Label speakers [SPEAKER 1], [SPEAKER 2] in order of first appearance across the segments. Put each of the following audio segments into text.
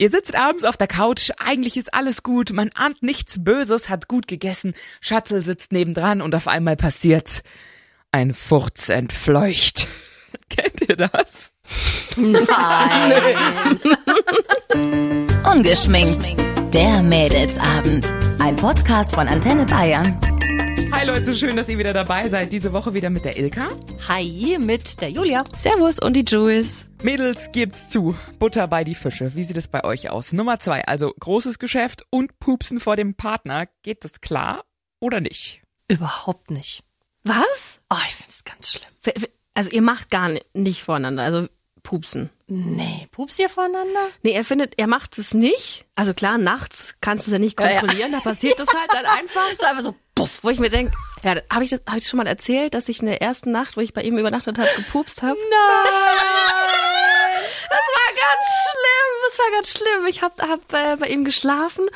[SPEAKER 1] Ihr sitzt abends auf der Couch, eigentlich ist alles gut, man ahnt nichts Böses, hat gut gegessen, Schatzel sitzt nebendran und auf einmal passiert's. Ein Furz entfleucht. Kennt ihr das?
[SPEAKER 2] Nein.
[SPEAKER 3] Ungeschminkt. Der Mädelsabend. Ein Podcast von Antenne Bayern.
[SPEAKER 1] Hi Leute, schön, dass ihr wieder dabei seid. Diese Woche wieder mit der Ilka.
[SPEAKER 2] Hi mit der Julia.
[SPEAKER 4] Servus und die Jules.
[SPEAKER 1] Mädels, gebt's zu. Butter bei die Fische. Wie sieht es bei euch aus? Nummer zwei, also großes Geschäft und Pupsen vor dem Partner. Geht das klar oder nicht?
[SPEAKER 2] Überhaupt nicht.
[SPEAKER 4] Was?
[SPEAKER 2] Oh, ich finde es ganz schlimm.
[SPEAKER 4] W- w- Also ihr macht gar ni- nicht voreinander, also pupsen.
[SPEAKER 2] Nee, pups hier voreinander?
[SPEAKER 4] Nee, er findet, er macht es nicht. Also klar, nachts kannst du es ja nicht
[SPEAKER 2] Ja, ja.
[SPEAKER 4] kontrollieren, da passiert das halt dann einfach.
[SPEAKER 2] So einfach so, puff.
[SPEAKER 4] Wo ich mir denke, ja, habe ich das hab ich schon mal erzählt, dass ich in der ersten Nacht, wo ich bei ihm übernachtet habe, gepupst habe? Das war ganz schlimm, das war ganz schlimm. Ich hab, hab äh, bei ihm geschlafen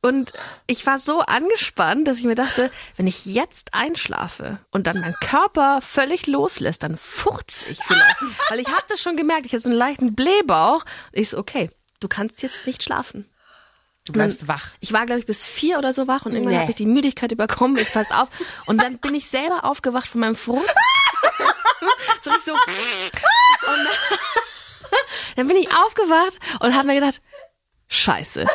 [SPEAKER 4] und ich war so angespannt, dass ich mir dachte, wenn ich jetzt einschlafe und dann meinen Körper völlig loslässt, dann furz ich vielleicht. Weil ich hab das schon gemerkt, ich hatte so einen leichten Blähbauch. Ich so, okay, du kannst jetzt nicht schlafen.
[SPEAKER 1] Du bleibst wach.
[SPEAKER 4] Ich war, glaube ich, bis vier oder so wach und irgendwann
[SPEAKER 2] Nee.
[SPEAKER 4] habe ich die Müdigkeit überkommen, ich fast auf. Und dann bin ich selber aufgewacht von meinem Frust. so richtig so. Und dann, dann bin ich aufgewacht und habe mir gedacht, scheiße,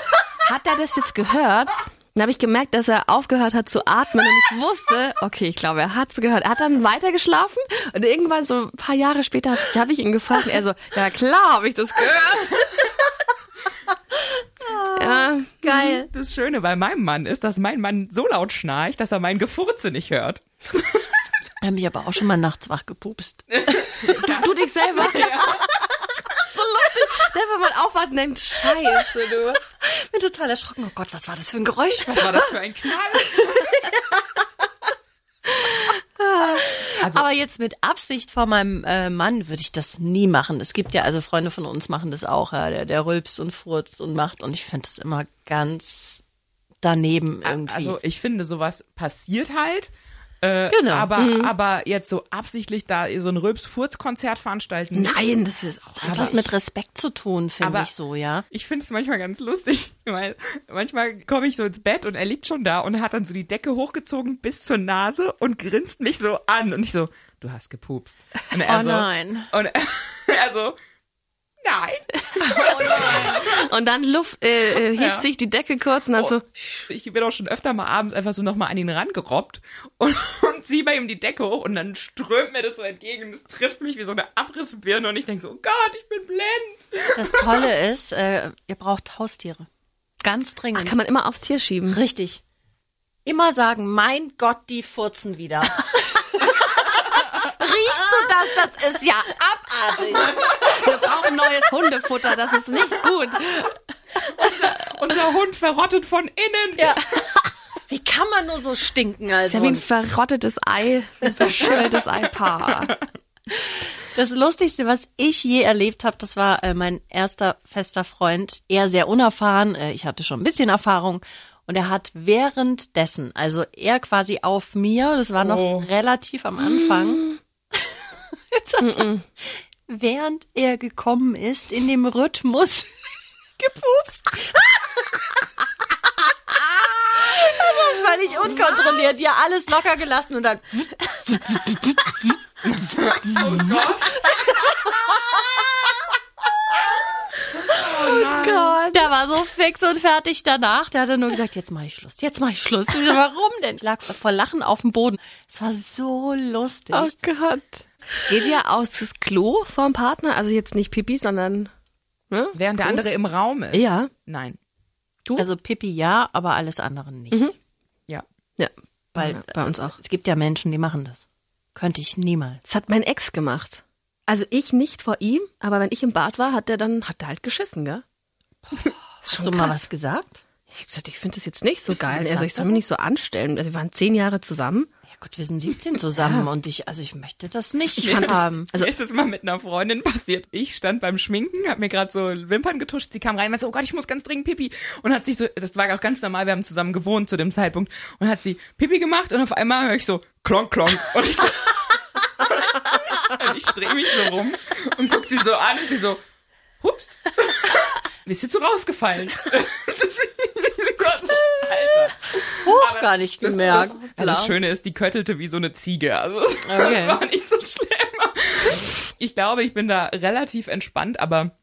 [SPEAKER 4] hat er das jetzt gehört? Dann habe ich gemerkt, dass er aufgehört hat zu atmen und ich wusste, okay, ich glaube, er hat es gehört. Er hat dann weitergeschlafen und irgendwann so ein paar Jahre später habe ich, hab ich ihn gefragt und er so, ja klar, habe ich das gehört. ja,
[SPEAKER 2] Geil.
[SPEAKER 1] Das Schöne bei meinem Mann ist, dass mein Mann so laut schnarcht, dass er meinen Gefurze nicht hört.
[SPEAKER 2] Da habe ich aber auch schon mal nachts wach gepupst.
[SPEAKER 4] Du dich selber. Ja. so lustig. Selber mal aufwacht und denkt, scheiße, du.
[SPEAKER 2] Bin total erschrocken. Oh Gott, was war das für ein Geräusch?
[SPEAKER 1] Was war das für ein Knall? Also,
[SPEAKER 2] Aber jetzt mit Absicht vor meinem äh, Mann würde ich das nie machen. Es gibt ja, also Freunde von uns machen das auch, ja, der, der rülpst und furzt und macht. Und ich finde das immer ganz daneben irgendwie.
[SPEAKER 1] also ich finde, sowas passiert halt. Äh,
[SPEAKER 2] Genau.
[SPEAKER 1] Aber, aber jetzt so absichtlich da so ein Rülps-Furz-Konzert veranstalten. nicht.
[SPEAKER 4] Nein, das ist.
[SPEAKER 2] hat was mit Respekt zu tun, finde
[SPEAKER 1] Aber-
[SPEAKER 2] ich so, ja.
[SPEAKER 1] Ich finde es manchmal ganz lustig, weil manchmal komme ich so ins Bett und er liegt schon da und hat dann so die Decke hochgezogen bis zur Nase und grinst mich so an. Und ich so, du hast gepupst. Und er
[SPEAKER 2] Oh nein.
[SPEAKER 1] Und er, er so, nein.
[SPEAKER 4] Und dann Luft, äh, äh, hebt
[SPEAKER 1] Ja.
[SPEAKER 4] sich die Decke kurz und dann so.
[SPEAKER 1] ich bin auch schon öfter mal abends einfach so nochmal an ihn rangerobbt und, und zieh bei ihm die Decke hoch und dann strömt mir das so entgegen und es trifft mich wie so eine Abrissbirne und ich denk so, oh Gott, ich bin blind.
[SPEAKER 2] Das Tolle ist, äh, ihr braucht Haustiere. Ganz dringend.
[SPEAKER 4] Kann man immer aufs Tier schieben.
[SPEAKER 2] Richtig. Immer sagen, mein Gott, die furzen wieder. Riechst du das? Das ist ja abartig.
[SPEAKER 4] Wir brauchen neues Hundefutter, das ist nicht gut.
[SPEAKER 1] Unser Hund verrottet von innen.
[SPEAKER 2] Wie kann man nur so stinken also? als
[SPEAKER 4] Ist ja wie ein
[SPEAKER 2] Hund?
[SPEAKER 4] verrottetes Ei, ein verschimmeltes Eipaar.
[SPEAKER 2] Das Lustigste, was ich je erlebt habe, das war äh, mein erster fester Freund. Er sehr unerfahren, äh, ich hatte schon ein bisschen Erfahrung. Und er hat währenddessen, also er quasi auf mir, das war noch
[SPEAKER 1] Oh.
[SPEAKER 2] relativ am Anfang, Jetzt hat's- während er gekommen ist, in dem Rhythmus gepupst. also völlig unkontrolliert, ja alles locker gelassen und dann
[SPEAKER 1] Oh Gott.
[SPEAKER 4] Gott.
[SPEAKER 2] Oh Der war so fix und fertig danach. Der hat dann nur gesagt, jetzt mache ich Schluss, jetzt mache ich Schluss. Ich so, Warum denn? Ich lag vor Lachen auf dem Boden. Es war so lustig.
[SPEAKER 4] Oh Gott. Geht ihr aufs Klo vom Partner? Also jetzt nicht Pipi, sondern. Ne?
[SPEAKER 1] Während der andere im Raum ist.
[SPEAKER 4] Ja.
[SPEAKER 1] Nein.
[SPEAKER 2] Also Pippi ja, aber alles andere nicht.
[SPEAKER 1] Ja.
[SPEAKER 4] Ja.
[SPEAKER 2] Weil äh,
[SPEAKER 4] ja, bei uns auch.
[SPEAKER 2] es gibt ja Menschen, die machen das. Könnte ich niemals.
[SPEAKER 4] Das hat mein Ex gemacht. Also ich nicht vor ihm, aber wenn ich im Bad war, hat er dann, hat er halt geschissen, gell? Ist
[SPEAKER 2] Hast du mal was gesagt?
[SPEAKER 4] Ich hab gesagt, ich finde das jetzt nicht so geil. Und Er so, ich soll mich nicht so anstellen. Also wir waren zehn Jahre zusammen.
[SPEAKER 2] Ja gut, wir sind 17 zusammen und ich, also ich möchte das nicht
[SPEAKER 4] Ich fand das-
[SPEAKER 2] haben.
[SPEAKER 4] Also-
[SPEAKER 1] Mir ist es mal mit einer Freundin passiert. Ich stand beim Schminken, hab mir gerade so Wimpern getuscht. Sie kam rein, war so, oh Gott, ich muss ganz dringend Pipi. Und hat sich so, das war auch ganz normal, wir haben zusammen gewohnt zu dem Zeitpunkt. Und hat sie Pipi gemacht und auf einmal höre ich so, klonk, klonk. Und ich so, und ich drehe mich so rum und guck sie so an und sie so, hups. bist du zu rausgefallen. das, oh Gott, Alter.
[SPEAKER 2] Hoch gar nicht gemerkt.
[SPEAKER 1] Das, das Schöne ist, die köttelte wie so eine Ziege. Also
[SPEAKER 2] Okay.
[SPEAKER 1] das war nicht so schlimm. Ich glaube, ich bin da relativ entspannt, aber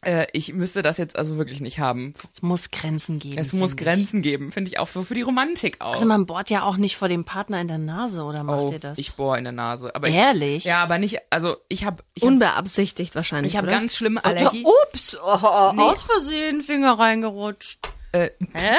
[SPEAKER 1] äh, ich müsste das jetzt also wirklich nicht haben.
[SPEAKER 2] es muss Grenzen geben.
[SPEAKER 1] Es muss
[SPEAKER 2] finde ich.
[SPEAKER 1] Grenzen geben, finde ich auch für, für die Romantik auch.
[SPEAKER 2] Also man bohrt ja auch nicht vor dem Partner in der Nase, oder macht
[SPEAKER 1] oh,
[SPEAKER 2] ihr das?
[SPEAKER 1] ich bohr in der Nase. Aber
[SPEAKER 2] Ehrlich?
[SPEAKER 1] Ich, ja, aber nicht, also ich habe ich hab,
[SPEAKER 4] Unbeabsichtigt wahrscheinlich.
[SPEAKER 1] ich hab
[SPEAKER 4] oder?
[SPEAKER 1] ganz schlimme
[SPEAKER 2] Oder,
[SPEAKER 1] Allergie.
[SPEAKER 2] ups, oh, oh, aus Versehen Finger reingerutscht.
[SPEAKER 1] Äh,
[SPEAKER 2] Hä?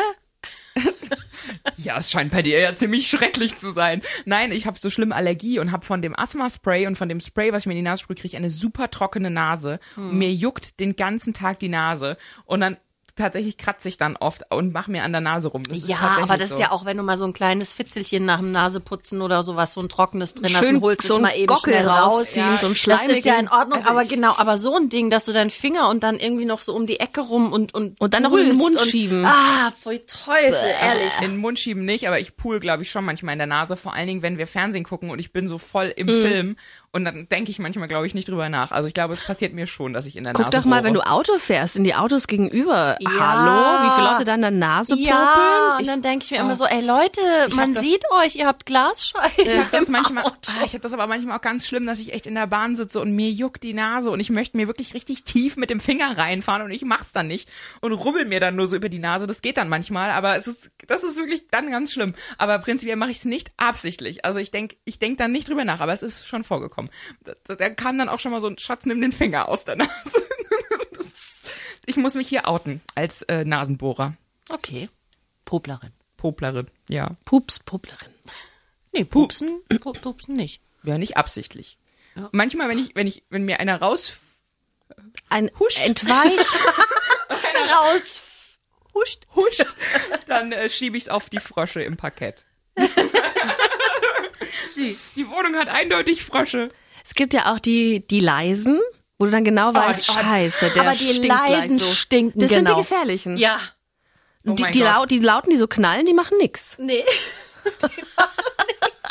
[SPEAKER 1] Ja, es scheint bei dir ja ziemlich schrecklich zu sein. Nein, ich habe so schlimm Allergie und habe von dem Asthma-Spray und von dem Spray, was ich mir in die Nase sprühe, kriege ich eine super trockene Nase. Und
[SPEAKER 2] Hm.
[SPEAKER 1] mir juckt den ganzen Tag die Nase. Und dann tatsächlich kratze ich dann oft und mache mir an der Nase rum. Das ist
[SPEAKER 2] Ja,
[SPEAKER 1] tatsächlich
[SPEAKER 2] aber das ist
[SPEAKER 1] so.
[SPEAKER 2] ja auch, wenn du mal so ein kleines Fitzelchen nach dem Naseputzen oder sowas, so ein trockenes drin hast,
[SPEAKER 4] Schön
[SPEAKER 2] und holst
[SPEAKER 4] so
[SPEAKER 2] es
[SPEAKER 4] ein
[SPEAKER 2] mal eben
[SPEAKER 4] Gockel
[SPEAKER 2] schnell
[SPEAKER 4] rausziehen,
[SPEAKER 2] raus.
[SPEAKER 4] so ein
[SPEAKER 2] das ist ja
[SPEAKER 4] schleimigen-
[SPEAKER 2] in Ordnung,
[SPEAKER 1] Also
[SPEAKER 2] aber
[SPEAKER 1] ich-
[SPEAKER 2] genau, aber so ein Ding, dass du deinen Finger und dann irgendwie noch so um die Ecke rum und und
[SPEAKER 4] Und dann noch in den
[SPEAKER 2] pulst
[SPEAKER 4] Mund
[SPEAKER 2] und,
[SPEAKER 4] schieben.
[SPEAKER 2] Ah, voll Teufel, ehrlich.
[SPEAKER 1] In den Mund schieben nicht, aber ich pool, glaube ich, schon manchmal in der Nase. Vor allen Dingen, wenn wir Fernsehen gucken und ich bin so voll
[SPEAKER 2] Mhm.
[SPEAKER 1] im Film. Und dann denke ich manchmal, glaube ich, nicht drüber nach. Also ich glaube, es passiert mir schon, dass ich in der
[SPEAKER 4] Guck
[SPEAKER 1] Nase
[SPEAKER 4] doch mal,
[SPEAKER 1] bohre.
[SPEAKER 4] wenn du Auto fährst, in die Autos gegenüber.
[SPEAKER 2] Ja.
[SPEAKER 4] Hallo, wie viele Leute da in der Nase
[SPEAKER 2] Ja,
[SPEAKER 4] popeln?
[SPEAKER 2] und
[SPEAKER 4] Ich-
[SPEAKER 2] dann denke ich mir immer so, ey Leute,
[SPEAKER 1] Ich
[SPEAKER 2] man
[SPEAKER 1] hab das-
[SPEAKER 2] sieht euch, ihr habt Glasscheiben.
[SPEAKER 1] Ich habe das
[SPEAKER 2] im
[SPEAKER 1] manchmal,
[SPEAKER 2] Auto.
[SPEAKER 1] ah, ich habe das aber manchmal auch ganz schlimm, dass ich echt in der Bahn sitze und mir juckt die Nase und ich möchte mir wirklich richtig tief mit dem Finger reinfahren und ich mach's dann nicht und rubbel mir dann nur so über die Nase. Das geht dann manchmal, aber es ist, das ist wirklich dann ganz schlimm. Aber prinzipiell mache ich es nicht absichtlich. Also ich denk, ich denk dann nicht drüber nach, aber es ist schon vorgekommen. Da, da- da kam dann auch schon mal so ein Schatz, nimm den Finger aus der Nase. Das- Ich muss mich hier outen als äh, Nasenbohrer,
[SPEAKER 2] Okay. Poplerin.
[SPEAKER 1] Poplerin, ja.
[SPEAKER 4] Pups, Puplerin.
[SPEAKER 2] Nee, pupsen, pu pupsen nicht.
[SPEAKER 1] Ja, nicht absichtlich. Manchmal, wenn ich, wenn ich, wenn mir einer raus
[SPEAKER 4] Ein entweicht.
[SPEAKER 2] Raus. Huscht.
[SPEAKER 1] huscht, dann äh, schiebe ich es auf die Frösche im Parkett.
[SPEAKER 2] Süß.
[SPEAKER 1] Die Wohnung hat eindeutig Frösche.
[SPEAKER 4] es gibt ja auch die, die Leisen, wo du dann genau weißt,
[SPEAKER 1] die- oh,
[SPEAKER 4] scheiße, der
[SPEAKER 2] aber die
[SPEAKER 4] stinkt gleich
[SPEAKER 2] Leisen
[SPEAKER 4] so.
[SPEAKER 2] stinken,
[SPEAKER 4] Das sind die
[SPEAKER 2] genau.
[SPEAKER 4] gefährlichen.
[SPEAKER 2] Ja.
[SPEAKER 1] Oh
[SPEAKER 4] die,
[SPEAKER 1] mein
[SPEAKER 4] die,
[SPEAKER 1] Gott.
[SPEAKER 4] laut, die Lauten, die so knallen, die machen nix.
[SPEAKER 2] Nee.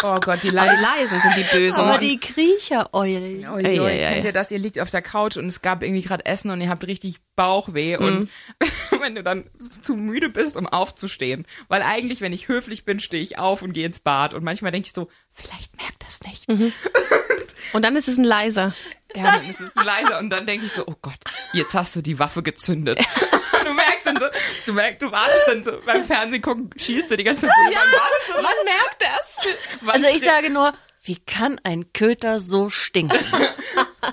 [SPEAKER 1] Oh Gott, die
[SPEAKER 4] Aber die
[SPEAKER 1] Leise.
[SPEAKER 4] Leisen sind die bösen.
[SPEAKER 2] Aber die Kriechereulen.
[SPEAKER 1] Oh,
[SPEAKER 4] Ei,
[SPEAKER 1] jo,
[SPEAKER 4] ei, ei.
[SPEAKER 1] kennt ihr das? Ihr liegt auf der Couch und es gab irgendwie gerade Essen und ihr habt richtig Bauchweh
[SPEAKER 4] Mhm.
[SPEAKER 1] und wenn du dann zu müde bist, um aufzustehen, weil eigentlich, wenn ich höflich bin, stehe ich auf und gehe ins Bad und manchmal denke ich so, vielleicht merkt das nicht.
[SPEAKER 4] Und dann ist es ein leiser.
[SPEAKER 1] Ja, dann ist es leiser und dann denke ich so, oh Gott, jetzt hast du die Waffe gezündet. Du merkst dann so, du merkst, du wartest dann so beim Fernsehen gucken, schielst du die ganze Zeit. Ja,
[SPEAKER 4] Man merkt das.
[SPEAKER 2] Also ich sage nur, wie kann ein Köter so stinken?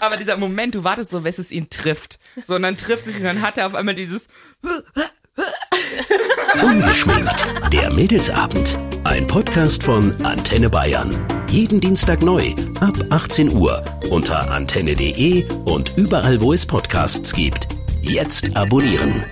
[SPEAKER 1] Aber dieser Moment, du wartest so, bis es ihn trifft. So, und dann trifft es ihn, dann hat er auf einmal dieses,
[SPEAKER 5] Ungeschminkt. Der Mädelsabend. Ein Podcast von Antenne Bayern. Jeden Dienstag neu ab 18 Uhr unter antenne.de und überall, wo es Podcasts gibt. Jetzt abonnieren.